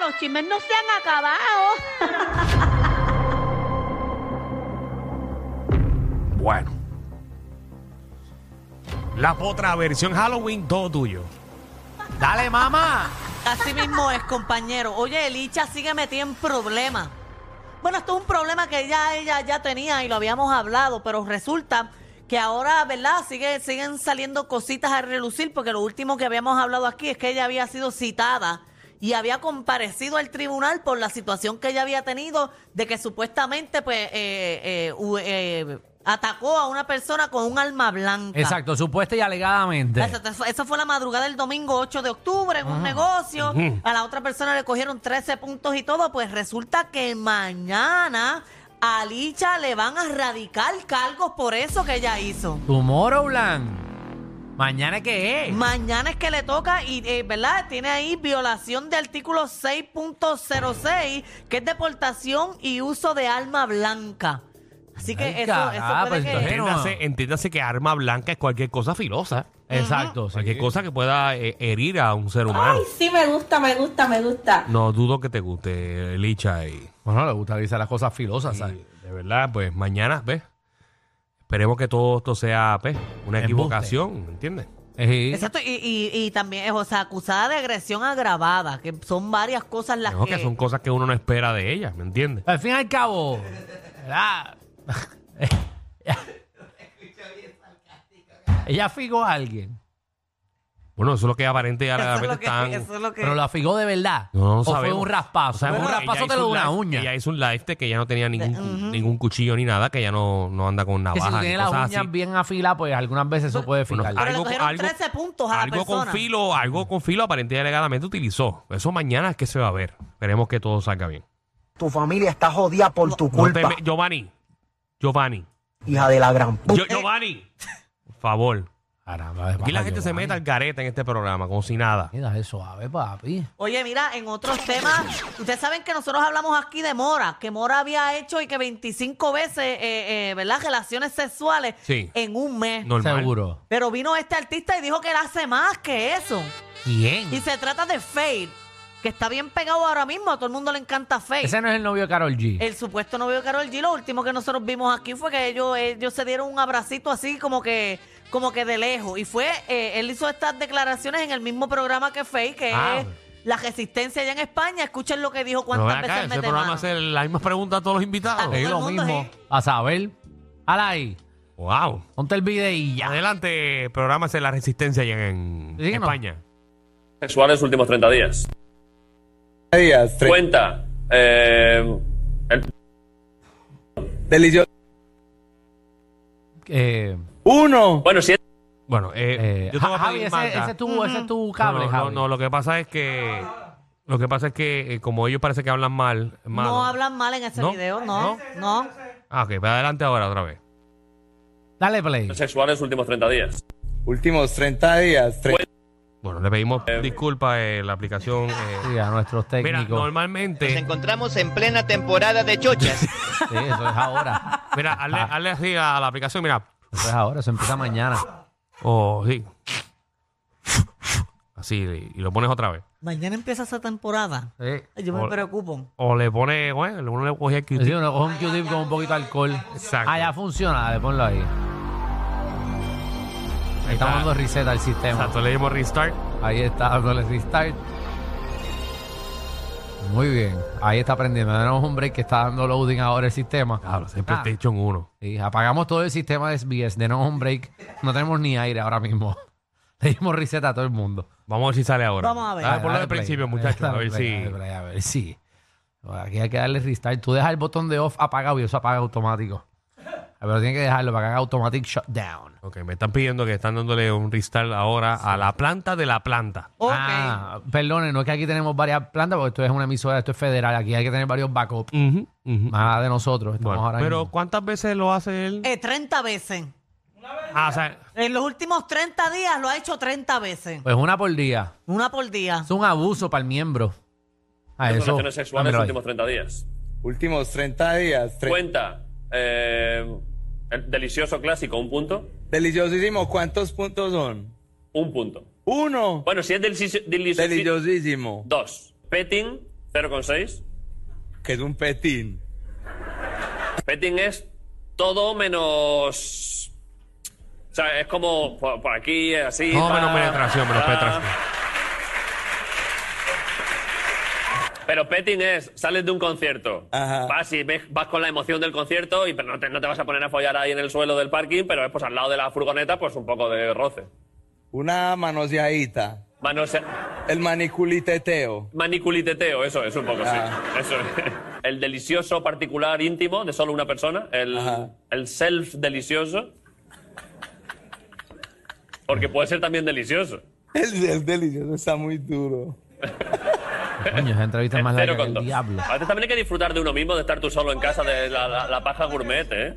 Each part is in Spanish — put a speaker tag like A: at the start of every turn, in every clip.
A: los chismes no se han acabado.
B: Bueno. La potra versión Halloween, todo tuyo. Dale, mamá.
C: Así mismo es, compañero. Oye, Elicha sigue metida en problemas. Bueno, esto es un problema que ya ella ya tenía y lo habíamos hablado, pero resulta que ahora, ¿verdad? Sigue, siguen saliendo cositas a relucir porque lo último que habíamos hablado aquí es que ella había sido citada y había comparecido al tribunal por la situación que ella había tenido de que supuestamente pues eh, eh, u- eh, atacó a una persona con un arma blanca.
D: Exacto, supuesta y alegadamente.
C: Eso, eso fue- eso fue la madrugada del domingo 8 de octubre en un negocio. A la otra persona le cogieron 13 puntos y todo. Pues resulta que mañana a Licha le van a radicar cargos por eso que ella hizo.
D: Tomorrowland. ¿Mañana qué es?
C: Mañana es que le toca y, eh, ¿verdad? Tiene ahí violación de artículo 6.06, que es deportación y uso de arma blanca. Así que
D: Ay,
C: eso, eso
D: caramba,
C: puede
D: entonces
C: que...
D: Pero-
B: Entiéndase, entiéndase que arma blanca es cualquier cosa filosa.
D: Exacto, sí.
B: Cualquier cosa que pueda eh, herir a un ser humano.
E: Ay, sí, me gusta, me gusta, me gusta.
B: No dudo que te guste, Licha. Y,
D: Bueno, le gusta dice las cosas filosas,
B: y
D: ¿sabes?
B: de verdad, pues mañana, ¿ves? Esperemos que todo esto sea, ¿ves? Una
D: Embuste.
B: equivocación, ¿entiendes?
D: Ejí.
C: Exacto, y, y- y también, eh, o sea, acusada de agresión agravada, que son varias cosas las
B: No,
C: que...
B: que son cosas que uno no espera de ella, ¿me entiendes?
D: Al fin y al cabo, ¿verdad? ella figó a alguien,
B: Bueno, eso es lo que aparente y
C: Eso es
B: aparentemente
C: lo que-
B: están...
C: eso es lo que-
D: pero la figó de verdad.
B: No, no
D: o fue
B: sabemos.
D: un raspazo.
B: Bueno,
D: un
B: ella
D: raspazo
B: hizo
D: te lo de
B: un
D: una
B: live-
D: uña.
B: Ella hizo un live de que ya no tenía ningún, ningún cuchillo ni nada, que ya no, no anda con
D: que si tú
B: navaja. ni
D: tienes las
B: cosas
D: uñas
B: así.
D: bien afiladas, pues algunas veces eso puede
B: Bueno,
D: fijar.
C: Pero le
B: algo-
C: cogieron
B: algo-
C: 13 puntos a la
B: Algo con
C: persona.
B: filo, algo con filo aparentemente alegadamente utilizó. Eso mañana es que se va a ver. Esperemos que todo salga bien.
F: Tu familia está jodida por tu
B: No te
F: culpa,
B: me- Giovanni, Giovanni,
F: hija de la gran puta.
B: Yo-
C: Eh.
B: Giovanni, por favor.
D: Caramba,
B: Aquí la
D: papá,
B: gente se
D: Giovanni.
B: mete al garete en este programa, como si nada.
D: Mira, eso, suave, papi.
C: Oye, mira, en otros temas, ustedes saben que nosotros hablamos aquí de Mora, que Mora había hecho y que 25 veces, eh, eh, ¿verdad? Relaciones sexuales
B: Sí.
C: en un mes.
B: Normal.
D: Seguro.
C: Pero vino este artista y dijo que él hace más que eso.
D: ¿Quién?
C: Y se trata de Fade, que está bien pegado ahora mismo, a todo el mundo le encanta Fade.
D: Ese no es el novio de Carol G.
C: El supuesto novio de Carol G, lo último que nosotros vimos aquí fue que ellos, ellos se dieron un abracito así como que como que de lejos. Y fue, eh, él hizo estas declaraciones en el mismo programa que Faye, que
B: Ah.
C: es La Resistencia allá en España. Escuchen lo que dijo
B: Pero ven
C: cuántas
B: acá,
C: veces
B: ese
C: mete
B: programa
C: mano.
B: hace las mismas preguntas a todos los invitados.
C: Ah,
D: Es
C: todo
D: lo
C: el mundo,
D: mismo.
C: sí.
D: A saber. Alay,
B: Wow.
D: ponte el video y ya.
B: Adelante, programa de la resistencia allá en
D: Sí, no.
B: España.
G: sexual en los últimos 30 días. Cuenta. eh, el-
H: Delicioso.
D: Eh,
H: Uno.
G: bueno, si es
B: Bueno, eh,
D: eh,
B: yo te voy a pedir,
D: Ja- Javi, ese,
B: Magda.
D: ese es tu, ese es tu cable,
B: no, no,
D: Javi.
B: no, lo que pasa es que lo que pasa es que eh, como ellos parece que hablan mal, malo.
C: No hablan mal en ese
B: No,
C: video, no, no.
B: Ah, ok, pero adelante ahora otra vez.
D: Dale play.
G: sexual en los últimos 30 días.
H: Últimos 30 días. tre-
B: Bueno, le pedimos disculpas eh, la aplicación. eh.
D: Sí, a nuestros
B: Mira,
D: técnicos.
I: Nos
B: normalmente,
I: encontramos en plena temporada de chochas.
D: Sí, eso es ahora.
B: mira, hazle, hazle así a la aplicación, mira.
D: Eso es ahora, eso empieza mañana.
B: O sí. Así, y lo pones otra vez.
C: Mañana empieza esa temporada.
D: Sí.
C: Ay, Yo me
B: Hola.
C: preocupo.
B: O le pones, bueno, uno le coge el
D: Sí,
B: cutie.
D: uno coge un Q-tip con un poquito de alcohol.
B: Exacto.
D: Ah, ya funciona. Dale, ponlo ahí. Ahí estamos Ah. dando reset al sistema.
B: Exacto, le dimos restart.
D: Ahí está dándole restart. Muy bien. Ahí está aprendiendo. Tenemos un break que está dando loading ahora el sistema.
B: Claro, siempre
D: Ah,
B: PlayStation 1.
D: sí, apagamos todo el sistema de SBS. Tenemos un break. No tenemos ni aire ahora mismo. Le dimos reset a todo el mundo.
B: Vamos a ver si sale ahora.
C: Vamos a ver.
B: Ah,
D: Dale,
B: ponlo
D: dale
B: de
D: play,
B: principio,
D: dale,
B: muchachos. A
D: dale
B: ver
D: play,
B: si.
D: dale play, a ver si. Bueno, Aquí hay que darle restart. Tú dejas el botón de off apagado y eso apaga automático. Ah, Pero tienes que dejarlo para que haga automatic shutdown.
B: Ok, me están pidiendo que están dándole un restart ahora a la planta de la planta.
C: Ok.
D: Ah, perdonen, no es que aquí tenemos varias plantas, porque esto es una emisora, esto es federal. Aquí hay que tener varios backups. Más de nosotros. Estamos
B: Mm. Bueno,
D: ahora
B: pero
D: mismo.
B: ¿cuántas veces lo hace él?
C: Eh, 30 veces.
B: Ah, o sea,
C: En los últimos 30 días lo ha hecho 30 veces.
D: Pues una por día.
C: Una por día.
D: Es un abuso para el miembro.
B: Ah,
D: A eso.
G: Relaciones sexuales en
D: Dámelo
G: los
D: ahí.
G: últimos 30 días.
H: Últimos 30 días. tre-
G: Cuenta. eh, el delicioso clásico, un punto.
H: Deliciosísimo. ¿Cuántos puntos son?
G: Un punto.
H: Uno.
G: Pues, Bueno, si es delici- deliciosi-
H: Deliciosísimo.
G: Dos. Petting. 0,6.
H: Que es un petín.
G: Petting es todo menos. O sea, es como por, por aquí, así.
B: Todo
G: pa,
B: menos penetración, menos
G: pa.
B: penetración.
G: Pero petting es, sales de un concierto,
H: Ajá.
G: vas y ves- vas con la emoción del concierto y pero no, te, no te vas a poner a follar ahí en el suelo del parking, pero es pues al lado de la furgoneta, pues un poco de roce.
H: Una manoseadita.
G: Manos,
H: El maniculiteteo.
G: Maniculiteteo, eso es un poco,
H: Ah.
G: sí. Eso es. El delicioso particular íntimo de solo una persona, el,
H: Ajá.
G: el self delicioso. Porque puede ser también delicioso.
H: El, el delicioso está muy duro.
D: Coño, esa entrevista es más
G: Cero
D: larga que
G: con
D: el
G: dos.
D: diablo.
G: A veces también hay que disfrutar de uno mismo, de estar tú solo en casa, de la, la- la paja gourmet, ¿eh?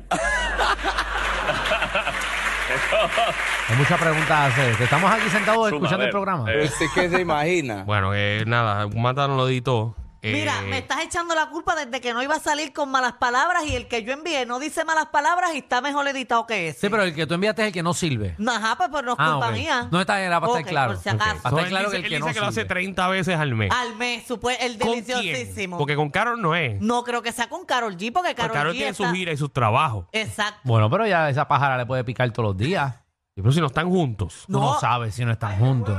D: Hay muchas preguntas a hacer. Estamos aquí sentados
G: Suma,
D: escuchando el
G: a ver,
D: programa.
G: eh.
H: Pero usted qué se imagina.
B: Bueno, eh, nada, Mata no lo editó. eh,
C: Mira, me estás echando la culpa desde que no iba a salir con malas palabras y el que yo envié no dice malas palabras y está mejor editado que ese.
D: Sí, pero el que tú enviaste es el que no sirve.
C: Ajá, pues, pero no es
D: Ah,
C: culpa
D: ok.
C: mía.
D: No está bien, era para estar
C: Ok,
D: claro.
C: Por si
D: Ok.
C: acaso.
D: Está
B: él dice-
D: claro que el
B: él
D: que
B: dice
D: no
B: que lo hace
D: sirve.
B: 30 veces al mes.
C: Al mes, supo- el
B: ¿Con quién?
C: Ah, deliciosísimo.
B: Porque con Carol no es.
C: No creo que sea con Carol G, porque
B: Porque
C: Carol
B: Carol
C: G.
B: tiene
C: está-
B: su gira y sus trabajos.
C: Exacto.
D: Bueno, pero ya esa pájara le puede picar todos los días.
B: Pero si no están juntos.
D: No,
C: No.
D: no sabes si no están juntos.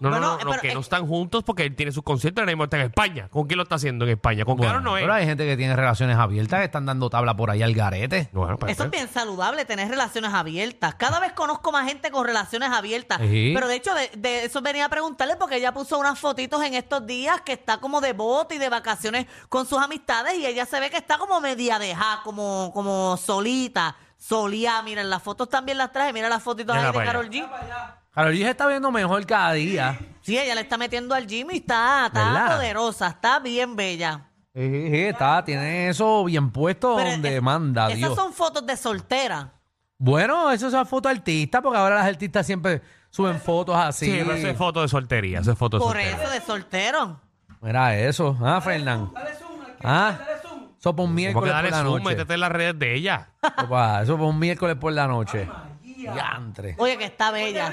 B: No, no,
C: Bueno,
B: no, no,
C: pero
B: que
C: es-
B: no están juntos porque él tiene sus conciertos ahora mismo está en España. ¿Con quién lo está haciendo en España? Con
D: Bueno,
B: Carol no es.
D: pero hay gente que tiene relaciones abiertas que están dando tabla por ahí al garete.
B: Bueno, pues,
C: Eso es bien saludable, tener relaciones abiertas. Cada vez conozco más gente con relaciones abiertas.
D: Ejí.
C: Pero de hecho, de, de eso venía a preguntarle porque ella puso unas fotitos en estos días que está como de bote y de vacaciones con sus amistades y ella se ve que está como media deja, como, como solita, solía. Mira, las fotos también las traje. Mira las fotitos
B: Mira
C: ahí de
B: para
C: Carol G.
D: Carol G se está viendo mejor cada día.
C: Sí, ella le está metiendo al gym y está, está
D: ¿Verdad?
C: poderosa, está bien bella.
D: Eh, eh, está, tiene eso bien puesto
C: Pero
D: donde
C: es-
D: manda,
C: esas
D: Dios.
C: son fotos de soltera.
D: Bueno, eso es una foto artista, porque ahora las artistas siempre suben fotos así.
B: Sí, pero eso es foto de soltería. Eso es foto de
C: Por
B: soltería.
C: eso de soltero.
D: Mira eso. Ah, Fernán. Ah, eso por
B: Como
D: un
B: que
D: miércoles por
B: dale
D: la
B: zoom, Este
D: noche.
B: métete en las redes de ella.
D: Papá, eso por un miércoles por la noche. Diantre.
C: Oye, que está bella.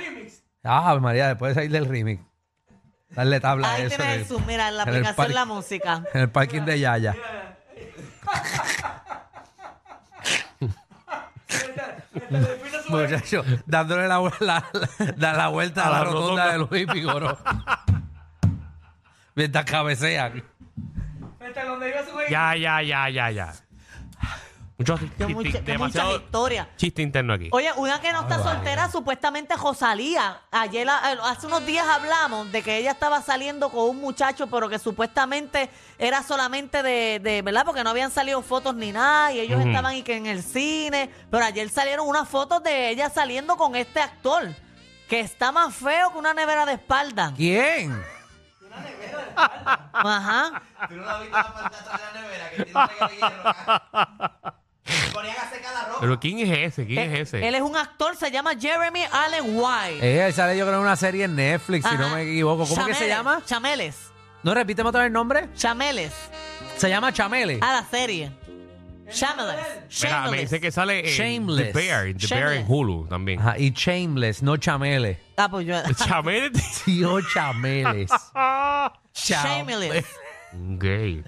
D: Ah, María, después de salir del remix. Darle tabla a
C: Ahí
D: eso.
C: tienes el Zoom, mira, en la
D: en el
C: aplicación
D: parque.
C: la música.
D: En el parking de Yaya. Muchacho, dándole la, vuel- la- la- da la vuelta a la, rotonda de Luis Figoro. Mientras cabecean.
B: Ya, ya, ya, ya, ya. Muchos
C: Yo mucha-
B: chistes,
C: yo muchas
B: demasiado
C: historias.
B: chiste interno aquí.
C: Oye, una que no está soltera, supuestamente Rosalía. Ayer, la- eh, hace unos días hablamos de que ella estaba saliendo con un muchacho, pero que supuestamente era solamente de, de- ¿verdad? Porque no habían salido fotos ni nada, y ellos estaban y que en el cine. Pero ayer salieron unas fotos de ella saliendo con este actor, que está más feo que una nevera de espalda.
D: ¿Quién?
C: Ajá.
B: Pero ¿quién es ese? ¿Quién es ese?
C: Eh, Él es un actor, se llama Jeremy Allen White.
D: Eh, él sale yo creo en una serie en Netflix, si
C: Ajá.
D: no me equivoco. ¿Cómo que se
C: Chameles,
D: llama?
C: Chameles.
D: No, repíteme otra vez el nombre.
C: Chameles.
D: Se llama Chamele.
C: A la serie. Chameles.
B: Mira, me
C: Shameless.
B: dice que sale en The Bear,
D: Shameless.
B: The Bear en
C: Shameless.
B: Hulu también.
D: Ajá, y Shameless, no Chamele.
C: Ah, pues yo-
B: Chamele.
D: Tío Chameles.
C: Shameless.
B: Gay.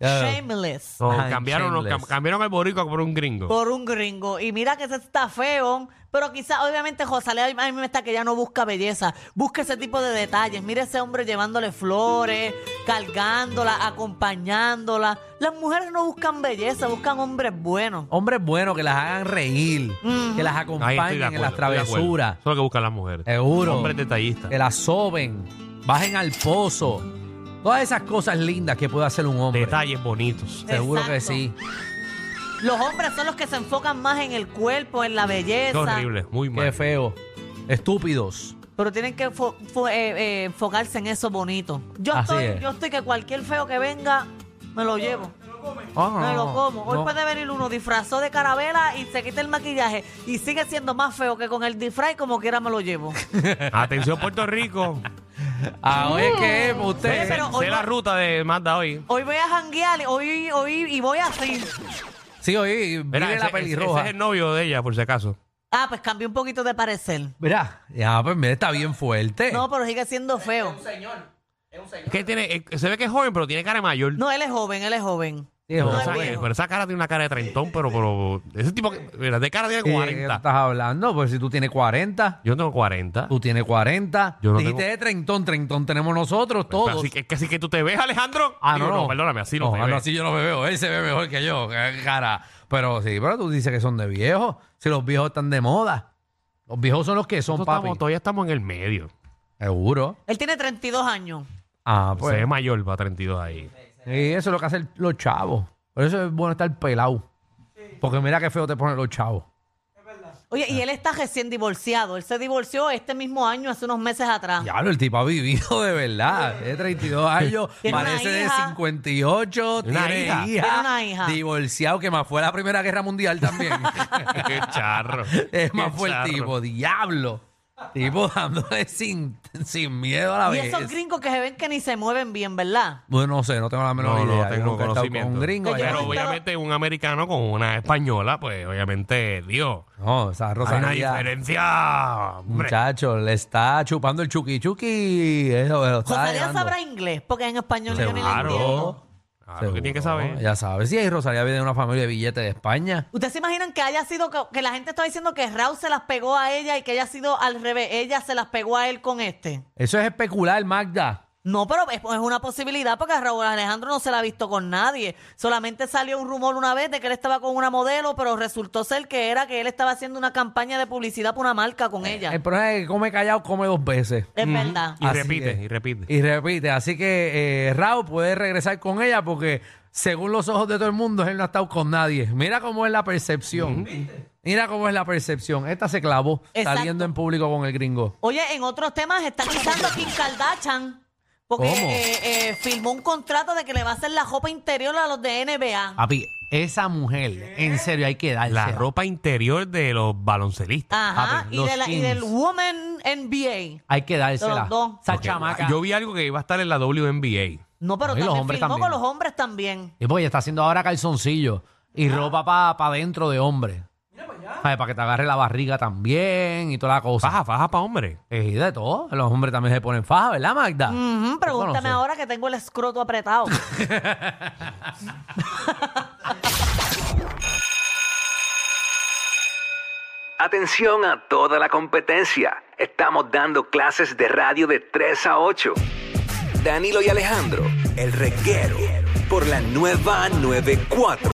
C: Shameless.
B: No,
D: Ay,
B: cambiaron, no,
D: shameless.
B: cam- cambiaron al boricua por un gringo.
C: Por un gringo. Y mira que ese está feo. Pero quizá, obviamente, Rosalía a mí me está que ya no busca belleza. Busca ese tipo de detalles. Mira ese hombre llevándole flores, cargándola, acompañándola. Las mujeres no buscan belleza, buscan hombres buenos.
D: Hombres buenos que las hagan reír, que las
B: Ahí estoy
D: acompañen
B: de
D: en las
B: acuerdo, estoy de acuerdo.
D: travesuras,
B: Eso es lo que buscan las mujeres.
D: Seguro.
B: Hombres detallistas.
D: que las soben, bajen al pozo. Todas esas cosas lindas que puede hacer un hombre.
B: Detalles bonitos.
D: Seguro que
C: Exacto.
D: sí.
C: Los hombres son los que se enfocan más en el cuerpo, en la
B: Qué
C: belleza.
B: horrible, muy mal.
D: Qué feo. Estúpidos.
C: Pero tienen que fo- fo- eh, eh, enfocarse en eso bonito. Yo
D: Así
C: estoy,
D: es.
C: yo estoy que cualquier feo que venga, me lo llevo.
D: Ah,
C: Me lo
D: no,
C: como. Hoy
D: no.
C: puede venir uno disfrazado de carabela y se quita el maquillaje y sigue siendo más feo que con el disfraz y como quiera me lo llevo.
B: Atención, Puerto Rico.
D: Ah, oye, ¿qué? Usted.
C: Mm. Oye, pero
B: sé
C: hoy
B: la
C: va-
B: ruta de Mazda hoy.
C: Hoy voy a janguear, hoy, hoy y voy así.
D: Sí, oye,
B: Mira,
D: mire
B: ese-
D: la
B: ese-
D: pelirroja.
B: ese es el novio de ella, por si acaso.
C: Ah, pues cambié un poquito de parecer.
D: Mira, ya, pues mira, está bien fuerte.
C: No, pero sigue siendo feo.
B: Es que tiene, eh, se ve que es joven, pero tiene cara de mayor.
C: No, él es joven, él es joven.
D: Sí,
B: Pero
D: joder.
B: esa,
C: viejo.
B: pero esa cara tiene una cara de trentón, pero, pero ese tipo, que- mira, de cara tiene
D: ¿Qué- ¿Qué
B: 40.
D: estás hablando? Pues si tú tienes 40,
B: Yo tengo 40.
D: tú tienes 40.
B: Yo no
D: dijiste de trentón, trentón tenemos nosotros todos.
B: Así que, es que así que tú te ves, Alejandro.
D: Ah,
B: Digo,
D: no, no.
B: perdóname, así no,
D: no,
B: te
D: ah,
B: ves.
D: no, así yo no me veo. Él se ve mejor que yo, qué cara. Pero sí, pero tú dices que son de viejos. Si los viejos están de moda. Los viejos son los que son,
B: Nosotros
D: papi.
B: estamos- todavía estamos en el medio.
D: Seguro.
C: Él tiene 32 años.
D: Ah,
B: se
D: pues.
B: ve mayor para 32 ahí.
D: Y eso es lo que hacen los chavos. Por eso es bueno estar pelado. Porque mira qué feo te ponen los chavos.
C: Oye,
D: Ah.
C: y él está recién divorciado. Él se divorció este mismo año, hace unos meses atrás.
D: Diablo, el tipo ha vivido de verdad. Tiene 32 años,
C: Tiene una
D: parece de
C: hija.
D: 58,
B: Una
D: tiene
B: hija.
D: hija.
C: Tiene una hija.
D: Divorciado, que más fue la Primera Guerra Mundial también.
B: Qué charro.
D: es más
B: Qué
D: fue el
B: charro.
D: tipo, diablo. Tipo dándole sin, sin miedo a la
C: y
D: vez.
C: esos gringos que se ven que ni se mueven bien, ¿verdad?
D: Bueno, no sé, no tengo la menor
B: No,
D: idea.
B: no
D: Yo
B: tengo
D: nunca he estado con
B: conocimiento.
D: un gringo.
C: Oye,
D: allá.
B: Pero
C: Yo-
B: obviamente un americano con una española, pues obviamente, Dios.
D: No, esa
B: Hay una
D: Rosalía.
B: diferencia. hombre.
D: Muchacho, le está chupando el chuki chuki. Eso, lo está
C: Rosalía
D: llevando.
C: sabrá inglés, porque en español yo ni le
B: Seguro.
C: entiendo.
B: Claro, que tiene que
D: Seguro.
B: saber.
D: Ya sabes. Sí, Rosalía viene de una familia de billetes de España.
C: ¿Ustedes se imaginan que haya sido que, que la gente está diciendo que Raúl se las pegó a ella y que haya sido al revés? Ella se las pegó a él con este.
D: Eso es especular, Magda.
C: No, pero es, es una posibilidad porque Raúl Alejandro no se la ha visto con nadie. Solamente salió un rumor una vez de que él estaba con una modelo, pero resultó ser que era que él estaba haciendo una campaña de publicidad por una marca con ella.
D: El problema es que come callado, come dos veces.
C: es verdad.
B: Y
D: Así
B: repite,
D: es.
B: y repite.
D: Y repite. Así que eh, Raúl puede regresar con ella porque, según los ojos de todo el mundo, él no ha estado con nadie. Mira cómo es la percepción. Mira cómo es la percepción. Esta se clavó
C: Exacto.
D: saliendo en público con el gringo.
C: Oye, en otros temas están quitando a Kim Kardashian porque
D: ¿Cómo?
C: eh, eh, firmó un contrato de que le va a hacer la ropa interior a los de NBA.
D: Papi, esa mujer, en serio, hay que darle.
B: La ropa interior de los baloncelistas.
C: Ajá,
D: papi,
C: y, de
D: ah, los
C: la- y
D: jeans.
C: del Women NBA.
D: Hay que dársela.
C: Los dos.
D: Esa
B: Porque
D: chamaca.
B: Yo vi algo que iba a estar en la WNBA.
C: No, pero
D: No, y los
C: también
D: hombres
C: firmó
D: también.
C: con los hombres también.
D: Y porque ella está haciendo ahora calzoncillo y ropa para pa dentro de hombre. Ay, para que te agarre la barriga también y toda la cosa.
B: Faja, faja para hombre.
D: Y de todo. Los hombres también se ponen faja, ¿verdad, Magda?
C: Ujú, pregúntame
D: conoces?
C: ahora que tengo el escroto apretado.
J: Atención a toda la competencia. Estamos dando clases de radio de 3 a 8. Danilo y Alejandro, el reguero, por la nueva 94.